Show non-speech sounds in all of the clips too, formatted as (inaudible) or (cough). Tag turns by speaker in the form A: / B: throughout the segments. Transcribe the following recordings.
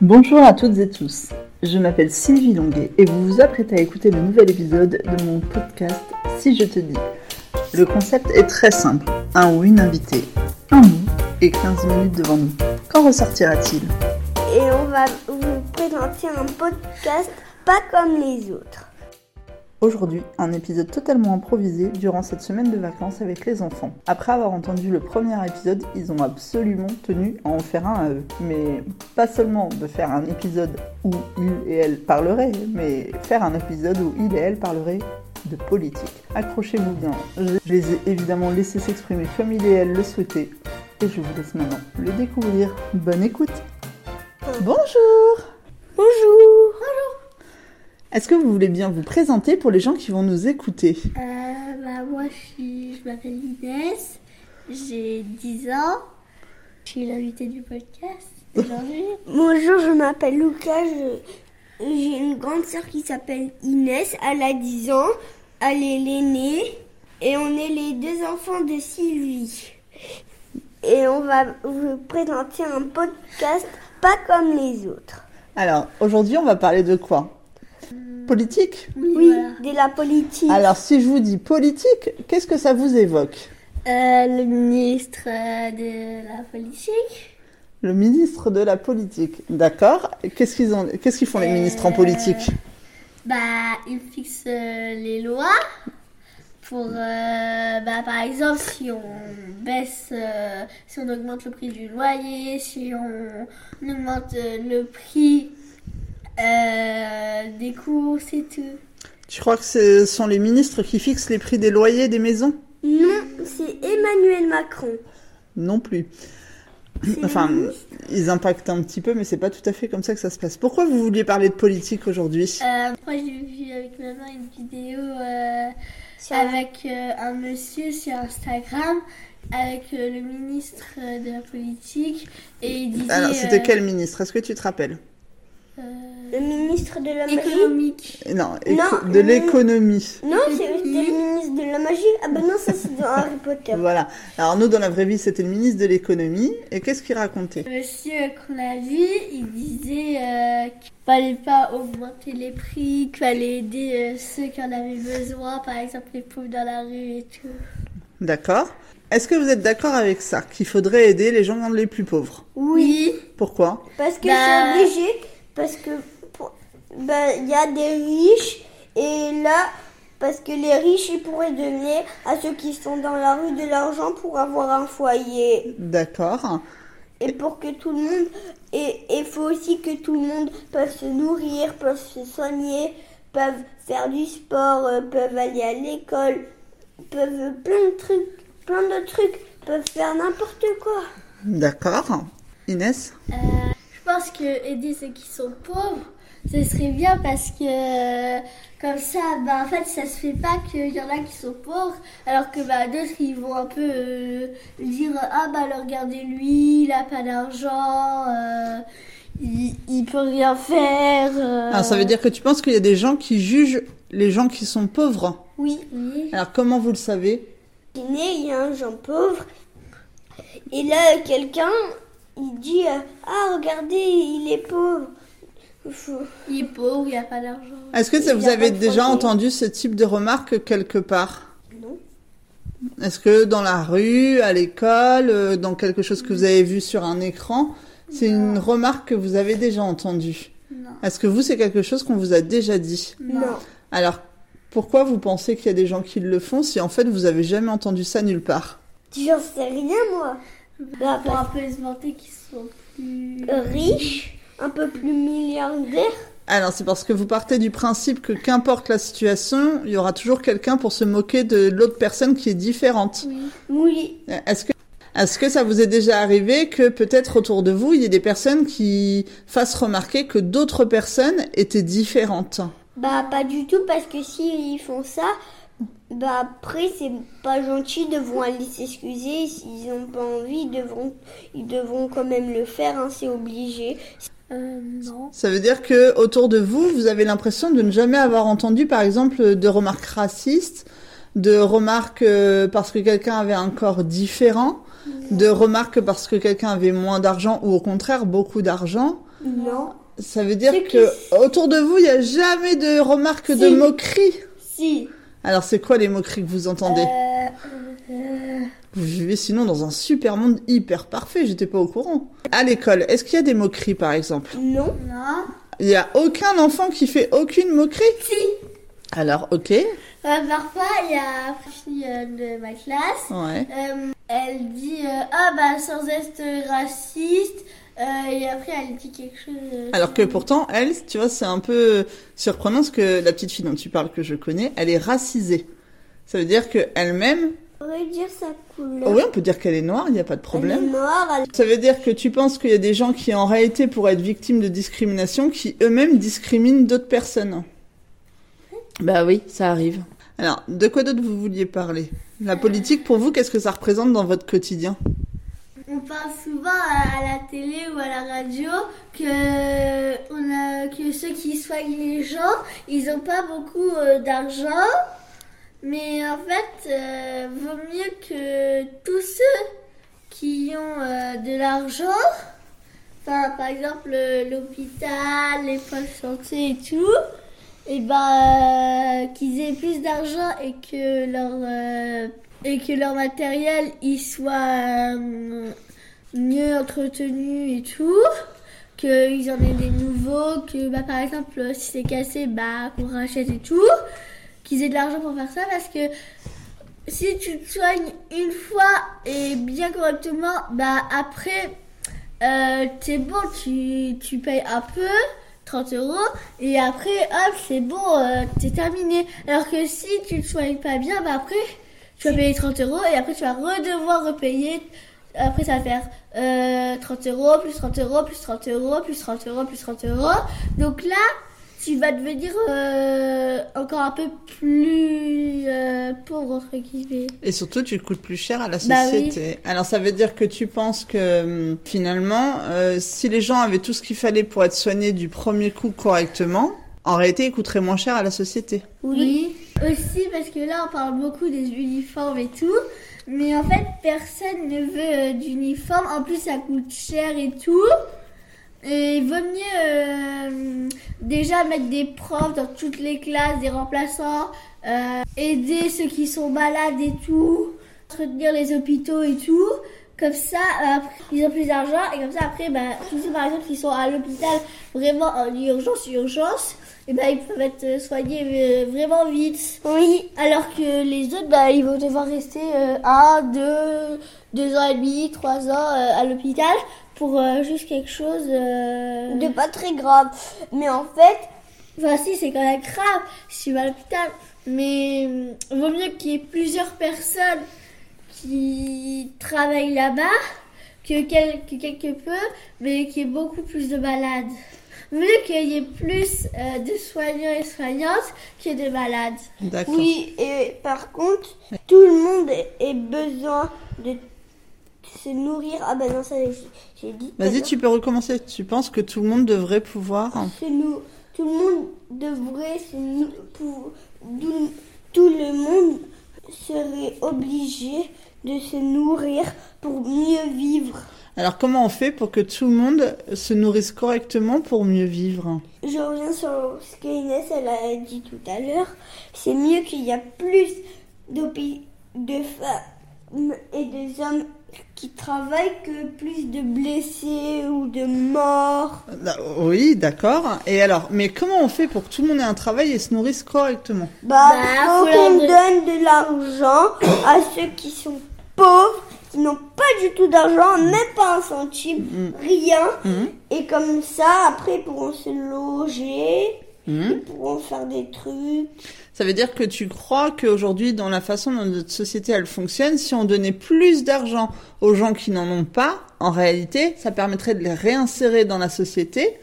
A: Bonjour à toutes et tous. Je m'appelle Sylvie Longuet et vous vous apprêtez à écouter le nouvel épisode de mon podcast Si je te dis. Le concept est très simple un ou une invitée, un mot et 15 minutes devant nous. Quand ressortira-t-il
B: et on va vous présenter un podcast pas comme les autres.
A: Aujourd'hui, un épisode totalement improvisé durant cette semaine de vacances avec les enfants. Après avoir entendu le premier épisode, ils ont absolument tenu à en faire un à eux. Mais pas seulement de faire un épisode où il et elle parleraient, mais faire un épisode où il et elle parleraient de politique. Accrochez-vous bien, je je les ai évidemment laissés s'exprimer comme il et elle le souhaitaient, et je vous laisse maintenant le découvrir. Bonne écoute Bonjour
B: Bonjour
A: Est-ce que vous voulez bien vous présenter pour les gens qui vont nous écouter
B: euh, bah, Moi, je, suis- je m'appelle Inès, j'ai 10 ans, je suis l'invitée du podcast aujourd'hui. (laughs) Bonjour, je m'appelle Lucas, je- j'ai une grande sœur qui s'appelle Inès, elle a 10 ans, elle est l'aînée, et on est les deux enfants de Sylvie. Et on va vous présenter un podcast pas comme les autres.
A: Alors, aujourd'hui, on va parler de quoi Politique
B: Oui, de la politique.
A: Alors, si je vous dis politique, qu'est-ce que ça vous évoque
B: Euh, le ministre euh, de la politique.
A: Le ministre de la politique, d'accord Qu'est-ce qu'ils ont Qu'est-ce qu'ils font les ministres en politique
B: Bah, il fixe euh, les lois pour, euh, bah, par exemple, si on baisse, euh, si on augmente le prix du loyer, si on augmente euh, le prix euh, des courses et tout.
A: Tu crois que ce sont les ministres qui fixent les prix des loyers des maisons
B: Non, c'est Emmanuel Macron.
A: Non plus. Mmh, Enfin, ils impactent un petit peu, mais c'est pas tout à fait comme ça que ça se passe. Pourquoi vous vouliez parler de politique aujourd'hui
C: Euh, moi j'ai vu avec ma main une vidéo euh, avec euh, un monsieur sur Instagram avec euh, le ministre euh, de la politique et il disait
A: Alors, c'était
C: euh,
A: quel ministre Est-ce que tu te rappelles
C: euh,
B: Le ministre de la
C: économique.
A: Non, éco-
B: Non,
A: de
B: non.
A: l'économie.
B: Non, c'est c'était le ministre de la magie. Ah ben non, ça c'est dans Harry Potter.
A: Voilà. Alors nous, dans la vraie vie, c'était le ministre de l'économie. Et qu'est-ce qu'il racontait
C: Le monsieur qu'on a vu, il disait euh, qu'il fallait pas augmenter les prix, qu'il fallait aider euh, ceux qui en avaient besoin, par exemple les pauvres dans la rue et tout.
A: D'accord. Est-ce que vous êtes d'accord avec ça Qu'il faudrait aider les gens les plus pauvres
C: Oui.
A: Pourquoi
B: Parce que
C: Bah-
B: c'est obligé, parce que pour- bah, il y a des riches et là, parce que les riches ils pourraient donner à ceux qui sont dans la rue de l'argent pour avoir un foyer
A: D'accord.
B: et pour que tout le monde et il faut aussi que tout le monde peut se nourrir, peut se soigner, peuvent faire du sport, euh, peuvent aller à l'école, peuvent plein de trucs, plein de trucs, peuvent faire n'importe quoi.
A: D'accord. Inès
C: Je pense que aider ceux qui sont pauvres, ce serait bien parce que euh, comme ça, bah, en fait, ça se fait pas qu'il y en a qui sont pauvres, alors que bah, d'autres ils vont un peu euh, dire ah bah alors, regardez lui, il a pas d'argent, euh, il, il peut rien faire. euh.
A: Alors, Ah, ça veut dire que tu penses qu'il y a des gens qui jugent les gens qui sont pauvres.
B: Oui.
C: Oui.
A: Alors, comment vous le savez
B: Guinée, il y a un gens pauvre. Et là, quelqu'un, il dit euh, Ah, regardez, il est pauvre. Faut-
C: Il est pauvre, il a pas d'argent.
A: Est-ce que ça-
B: Il y
A: vous
B: a
A: avez
B: pas de
A: déjà
B: foyer.
A: entendu ce type de remarque quelque part
B: Non.
A: Est-ce que dans la rue, à l'école, euh, dans quelque chose que vous avez vu sur un écran, c'est une remarque que vous avez déjà entendue
C: Non.
A: Est-ce que vous, c'est quelque chose qu'on vous a déjà dit
B: Non.
A: Alors, pourquoi vous pensez qu'il y a des gens qui le font si en fait vous avez jamais entendu ça nulle part
B: J'en sais rien, moi. Bah,
C: Pour un peu se vanter qu'ils sont plus.
B: euh, riche, un peu plus milliardaire.
A: Alors, c'est parce que vous partez du principe que qu'importe la situation, il y aura toujours quelqu'un pour se moquer de l'autre personne qui est différente.
C: Oui.
B: Oui.
A: Euh, Est-ce que, est-ce que ça vous est déjà arrivé que peut-être autour de vous, il y ait des personnes qui fassent remarquer que d'autres personnes étaient différentes
B: Bah, pas du tout, parce que s'ils font ça, bah, après, c'est pas gentil, ils devront aller s'excuser. S'ils n'ont pas envie, ils devront, ils devront quand même le faire, hein, c'est obligé.
C: Euh, non.
A: Ça veut dire que autour de vous, vous avez l'impression de ne jamais avoir entendu, par exemple, de remarques racistes, de remarques euh, parce que quelqu'un avait un corps différent, de remarques parce que quelqu'un avait moins d'argent ou au contraire beaucoup d'argent.
B: Non.
A: Ça veut dire
B: C'est
A: que autour de vous, il n'y a jamais de remarques de
B: Si.
A: moqueries.
B: Si.
A: Alors, c'est quoi les moqueries que vous entendez
B: Euh, euh,
A: Vous vivez sinon dans un super monde hyper parfait, j'étais pas au courant. À l'école, est-ce qu'il y a des moqueries par exemple
B: non.
C: Non.
A: Il n'y a aucun enfant qui fait aucune moquerie
B: Si.
A: Alors, ok,
C: Euh, parfois, il y a une fille euh, de ma classe.
A: ouais.
C: euh, elle dit euh, Ah, bah, sans être raciste. Euh, et après, elle dit quelque chose. euh,
A: Alors que pourtant, elle, tu vois, c'est un peu surprenant parce que la petite fille dont tu parles que je connais, elle est racisée. Ça veut dire qu'elle-même,
B: On va dire sa couleur.
A: oui, on peut dire qu'elle est noire, il n'y a pas de
B: Elle est
A: problème.
B: noire, elle-
A: Ça veut dire que tu penses qu'il y a des gens qui, en réalité, pourraient être victimes de discrimination, qui eux-mêmes discriminent d'autres personnes. Bah oui, ça arrive. Alors, de quoi d'autre vous vouliez parler La politique, pour vous, qu'est-ce que ça représente dans votre quotidien
C: On parle souvent à, à la télé ou à la radio que, on a, que ceux qui soignent les gens, ils n'ont pas beaucoup euh, d'argent. Mais en fait, euh, vaut mieux que tous ceux qui ont euh, de l'argent, enfin, par exemple euh, l'hôpital, les pôles santé et tout, et ben euh, qu'ils aient plus d'argent et que leur euh, et que leur matériel il soit euh, mieux entretenu et tout qu'ils en aient des nouveaux que bah, par exemple euh, si c'est cassé bah qu'on rachète et tout qu'ils aient de l'argent pour faire ça parce que si tu te soignes une fois et bien correctement bah après euh, t'es bon tu, tu payes un peu 30 euros et après, hop, c'est bon, euh, t'es terminé. Alors que si tu ne soignes pas bien, bah après, tu vas payer 30 euros et après, tu vas redevoir repayer. Après, ça va faire euh, 30 euros, plus 30 euros, plus 30 euros, plus 30 euros, plus 30 euros. Donc là, tu vas devenir euh, encore un peu plus euh, pauvre, entre guillemets.
A: Et surtout, tu coûtes plus cher à la
C: Bah oui.
A: société. Alors, ça veut dire que tu penses que hum, finalement, euh, si les gens avaient tout ce qu'il fallait pour être soignés du premier coup correctement, en réalité, ils coûteraient moins cher à la société.
C: Oui. Aussi parce que là on parle beaucoup des uniformes et tout, mais en fait personne ne veut euh, d'uniforme. En plus ça coûte cher et tout. Et il vaut mieux euh, déjà mettre des profs dans toutes les classes, des remplaçants, euh, aider ceux qui sont malades et tout, entretenir les hôpitaux et tout. Comme ça, euh, après, ils ont plus d'argent et comme ça après, bah, tous ceux par exemple qui sont à l'hôpital vraiment en urgence, urgence, et ben ils peuvent être euh, soignés euh, vraiment vite.
B: Oui.
C: Alors que les autres, bah, ils vont devoir rester euh, 1, 2, 2 ans et demi, 3 ans euh, à l'hôpital pour euh, juste quelque chose. euh,
B: De pas très grave. Mais en fait,
C: Enfin, si, c'est quand même grave si tu vas à l'hôpital. Mais euh, vaut mieux qu'il y ait plusieurs personnes qui travaillent là-bas que, quel- que quelque peu, mais qu'il y ait beaucoup plus de malades. Vaut mieux qu'il y ait plus euh, de soignants et soignantes que de malades.
A: D'accord.
B: oui. Et par contre, tout le monde ait besoin de se nourrir. Ah bah non, ça j'ai- j'ai dit.
A: Vas-y,
B: pardon.
A: tu peux recommencer. Tu penses que tout le monde devrait pouvoir. hein.
B: Se nou- Tout le monde devrait se nou- pou- dou- Tout le monde serait obligé de se nourrir pour mieux vivre.
A: Alors, comment on fait pour que tout le monde se nourrisse correctement pour mieux vivre
B: Je reviens sur ce qu'Inès elle a dit tout à l'heure. C'est mieux qu'il y a plus d'opi- de femmes et des hommes qui travaillent que plus de blessés ou de morts.
A: Bah, Oui, d'accord. Et alors, mais comment on fait pour que tout le monde ait un travail et se nourrisse correctement
B: Bah,
C: Bah,
B: faut
C: faut leur
B: qu'on
C: don-
B: donne de l'argent à ceux qui sont pauvres, qui n'ont pas du tout d'argent, même pas un centime, rien.
A: Mhm.
B: Et comme ça, après, ils pourront se loger,
A: Mhm.
B: ils pourront faire des trucs.
A: Ça veut dire que tu crois qu'aujourd'hui, dans la façon dont notre société elle fonctionne, si on donnait plus d'argent aux gens qui n'en ont pas, en réalité, ça permettrait de les réinsérer dans la société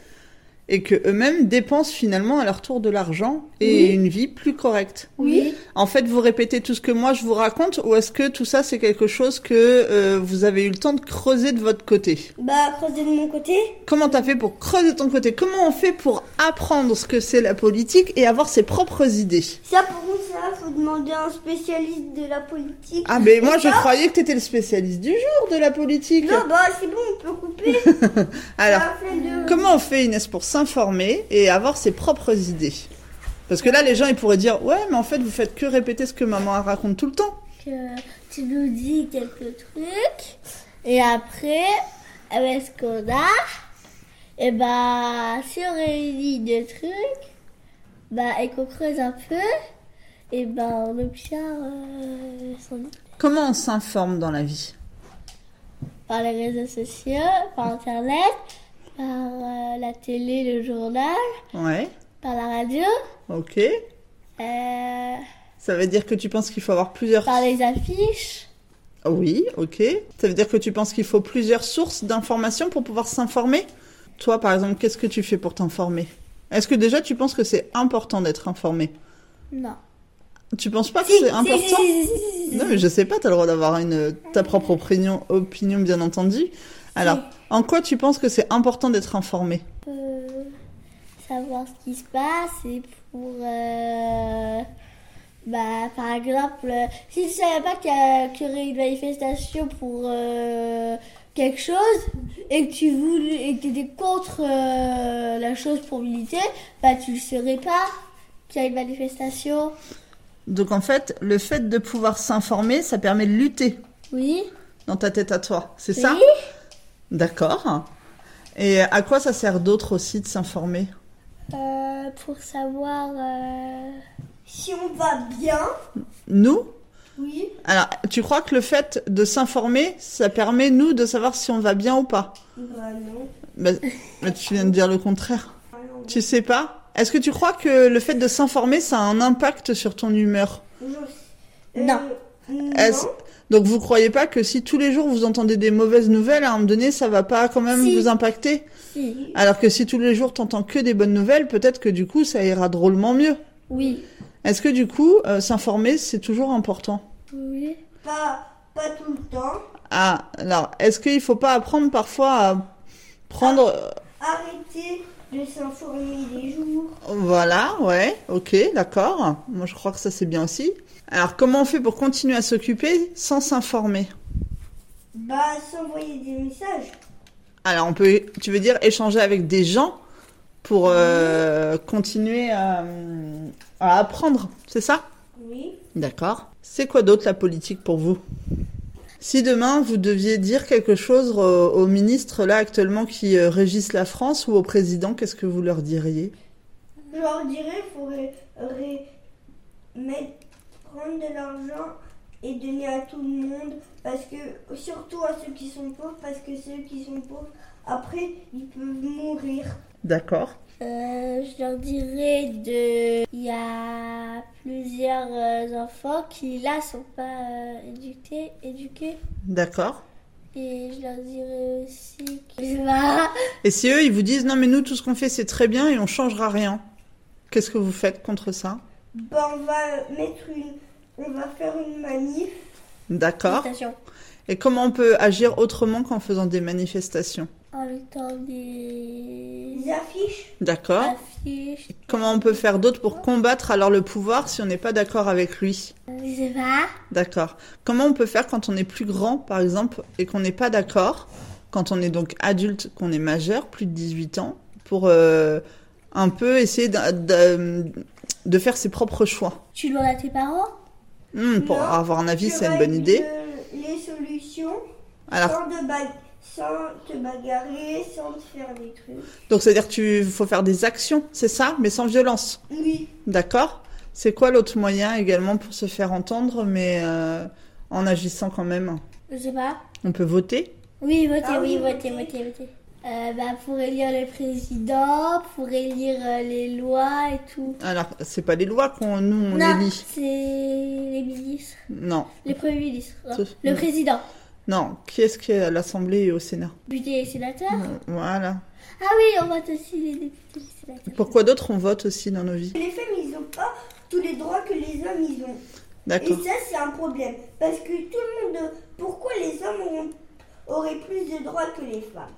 A: et que eux-mêmes dépensent finalement à leur tour de l'argent et
B: Oui.
A: une vie plus correcte.
B: Oui.
A: En fait, vous répétez tout ce que moi je vous raconte ou est-ce que tout ça c'est quelque chose que euh, vous avez eu le temps de creuser de votre côté
B: Bah, creuser de mon côté.
A: Comment t'as fait pour creuser de ton côté Comment on fait pour apprendre ce que c'est la politique et avoir ses propres idées
B: Ça, pour contre, ça, faut vous demandez à un spécialiste de la politique.
A: Ah, mais moi, je croyais que t'étais le spécialiste du jour de la politique.
B: Non, bah c'est bon, on peut
A: (laughs)
B: couper.
A: Alors,
B: Ça fait de-
A: comment on fait, Inès, pour s'informer et avoir ses propres idées Parce que là, les gens, ils pourraient dire Ouais, mais en fait, vous faites que répéter ce que maman elle raconte tout le temps.
C: que tu nous dis quelques trucs et après avec ce qu'on a et bah si on réunit deux trucs bah et qu'on creuse un peu et bah on obtient euh, son idée.
A: Comment on s'informe dans la vie
C: par les réseaux sociaux par internet par euh, la télé le journal
A: Ouais,
C: par la radio
A: ok.
C: euh,
A: Ça veut dire que tu penses qu'il faut avoir plusieurs. Ah
C: par les affiches
A: Oui, ok. Ça veut dire que tu penses qu'il faut plusieurs sources d'informations pour pouvoir s'informer Toi, par exemple, qu'est-ce que tu fais pour t'informer Est-ce que déjà tu penses que c'est important d'être informé
C: non
A: Tu penses pas que c'est important Non, mais je sais pas, t'as le droit d'avoir une, ta propre opinion, opinion, bien entendu. Alors, en quoi tu penses que c'est important d'être informé
C: euh, savoir ce qui se passe et pour. euh, bah, par exemple, euh, si je ne savais pas qu'il y, a- qu'il y aurait une manifestation pour euh, quelque chose et que tu voulais, et que étais contre euh, la chose pour militer, bah tu ne saurais pas qu'il y a une manifestation.
A: Donc, en fait, le fait de pouvoir s'informer, ça permet de lutter
C: Oui,
A: dans ta tête à toi, c'est ça
C: Oui.
A: D'accord. Et à quoi ça sert d'autre aussi de s'informer
C: euh, pour savoir. euh,
B: si on va bien,
A: Nous
B: oui.
A: Alors, tu crois que le fait de s'informer, ça permet, nous, de savoir si on va bien ou pas
B: Bah non. Ah,
A: Bah, bah, tu viens de dire le contraire. Tu sais pas Est-ce que tu crois que le fait de s'informer, ça a un impact sur ton humeur
B: Euh, Non.
A: Euh, Est-ce- Donc, vous croyez pas que si tous les jours vous entendez des mauvaises nouvelles, à un moment donné, ça va pas quand même
C: Si.
A: vous impacter
C: si,
A: Alors que si tous les jours t'entends que des bonnes nouvelles, peut-être que du coup, ça ira drôlement mieux.
C: oui,
A: Est-ce que du coup, euh, s'informer, c'est toujours important
C: oui.
B: Pas, pas tout le temps.
A: Ah, alors, est-ce qu'il faut pas apprendre parfois à prendre... euh,
B: Arrêtez de s'informer les jours.
A: Voilà, ouais, ok, d'accord. Moi, je crois que ça, c'est bien aussi. Alors, comment on fait pour continuer à s'occuper sans s'informer
B: Bah s'envoyer des messages.
A: Alors, on peut, tu veux dire, échanger avec des gens pour euh, continuer à, à apprendre, c'est ça
B: Oui.
A: D'accord. C'est quoi d'autre la politique pour vous Si demain, vous deviez dire quelque chose euh, aux ministres, là, actuellement, qui euh, régissent la France ou au président, qu'est-ce que vous leur diriez
B: Je leur dirais faut ré- ré- mettre- prendre de l'argent et donner à tout le monde parce que surtout à ceux qui sont pauvres parce que ceux qui sont pauvres après ils peuvent mourir.
A: D'accord.
C: Euh, je leur dirais de. Il y a plusieurs euh, enfants qui là sont pas euh, éduqués, éduqués.
A: D'accord.
C: Et je leur dirais aussi que. Bah,
A: Et si eux, ils vous disent non, mais nous, tout ce qu'on fait, c'est très bien et on changera rien, qu'est-ce que vous faites contre ça
B: Bah on va mettre une on va faire une manif
A: D'accord.
C: attention.
A: Et comment on peut agir autrement qu'en faisant des manifestations
C: En mettant des
B: des affiches
A: D'accord.
C: affiches.
A: Comment on peut faire d'autre pour combattre alors le pouvoir si on n'est pas d'accord avec lui
C: Euh, Je sais pas.
A: D'accord. Comment on peut faire quand on est plus grand, par exemple, et qu'on n'est pas d'accord, quand on est donc adulte, qu'on est majeur, plus de 18 ans, pour euh, un peu essayer d'a- d'a- de faire ses propres choix
C: Tu demandes à tes parents
A: Hmm, Pour
B: Non,
A: avoir un avis,
B: Tu
A: c'est une bonne
B: règles
A: idée.
B: E
A: Ah.
B: les solutions
A: Alors,
B: sans, de ba- sans te bagarrer, sans te faire des trucs.
A: donc c'est-à-dire tu faut faire des actions, c'est ça, mais sans violence,
B: Oui.
A: d'accord C'est quoi l'autre moyen également pour se faire entendre, mais euh, en agissant quand même
C: Je sais pas.
A: On peut voter
C: Oui, votez,
B: Ah
C: oui,
B: oui, votez.
C: votez, votez, votez. Euh, bah, pour élire le président, pour élire euh, les lois et tout.
A: Alors, c'est pas les lois qu'on nous on
C: non,
A: élit.
C: c'est les ministres.
A: Non,
C: Les premiers ministres. hein.
A: Ce-
C: Le
A: non.
C: président.
A: non. Qui est-ce qui est à l'Assemblée et au Sénat
C: Député et sénateur.
A: Voilà.
C: Ah oui, on vote aussi les députés et les sénateurs.
A: Pourquoi d'autres on vote aussi dans nos vies
B: Les femmes, ils n'ont pas tous les droits que les hommes, ils ont. Et
A: D'accord.
B: ça, c'est un problème. Parce que tout le monde... Pourquoi les hommes auront- auraient plus de droits que les femmes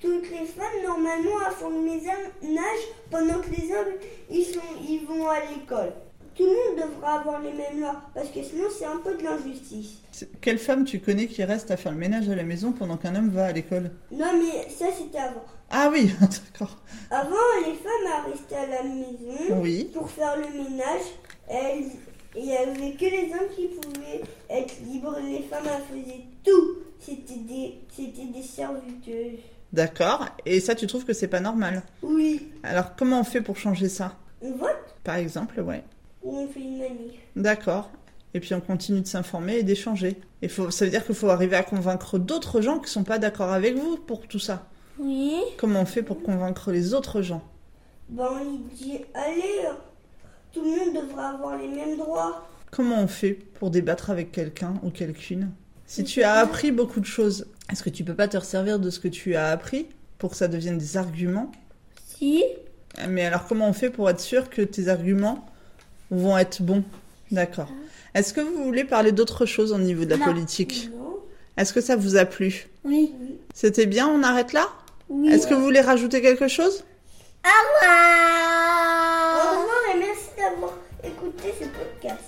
B: Toutes les femmes, normalement, elles font le même âge pendant que les hommes, ils, sont, ils vont à l'école. tout le monde devra avoir les mêmes lois, parce que sinon c'est un peu de l'injustice.
A: C'est- Quelle femme tu connais qui reste à faire le ménage à la maison pendant qu'un homme va à l'école
B: Non mais ça c'était avant.
A: Ah oui, (laughs) d'accord.
B: Avant, les femmes elles restaient à la maison
A: Oui,
B: pour faire le ménage. Elles, il n'y avait que les hommes qui pouvaient être libres. Les femmes elles faisaient tout. C'était des, c'était des serviteuses.
A: d'accord. Et ça, tu trouves que c'est pas normal
B: Oui,
A: Alors, comment on fait pour changer ça
B: on vote
A: Par exemple, ouais.
B: ou on fait une manif.
A: D'accord. Et puis on continue de s'informer et d'échanger. Et faut, ça veut dire qu'il faut arriver à convaincre d'autres gens qui sont pas d'accord avec vous pour tout ça.
C: Oui.
A: Comment on fait pour convaincre les autres gens
B: Ben on y dit allez, tout le monde devra avoir les mêmes droits.
A: Comment on fait pour débattre avec quelqu'un ou quelqu'une Si tu as appris beaucoup de choses, est-ce que tu peux pas te resservir de ce que tu as appris pour que ça devienne des arguments
C: Si.
A: Mais alors comment on fait pour être sûr que tes arguments vont être bons D'accord. Est-ce que vous voulez parler d'autre chose au niveau de la
C: Non.
A: politique
B: Non
A: Est-ce que ça vous a plu
C: Oui.
A: C'était bien, on arrête là
C: Oui.
A: Est-ce que vous voulez rajouter quelque chose
C: Ah.
B: Au revoir et merci d'avoir écouté ce podcast.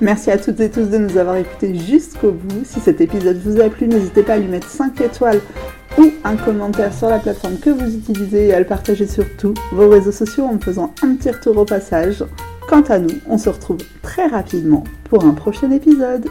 A: Merci à toutes et tous de nous avoir écoutés jusqu'au bout. Si cet épisode vous a plu, n'hésitez pas à lui mettre 5 étoiles ou un commentaire sur la plateforme que vous utilisez et à le partager sur tous vos réseaux sociaux en me faisant un petit retour au passage. Quant à nous, on se retrouve très rapidement pour un prochain épisode.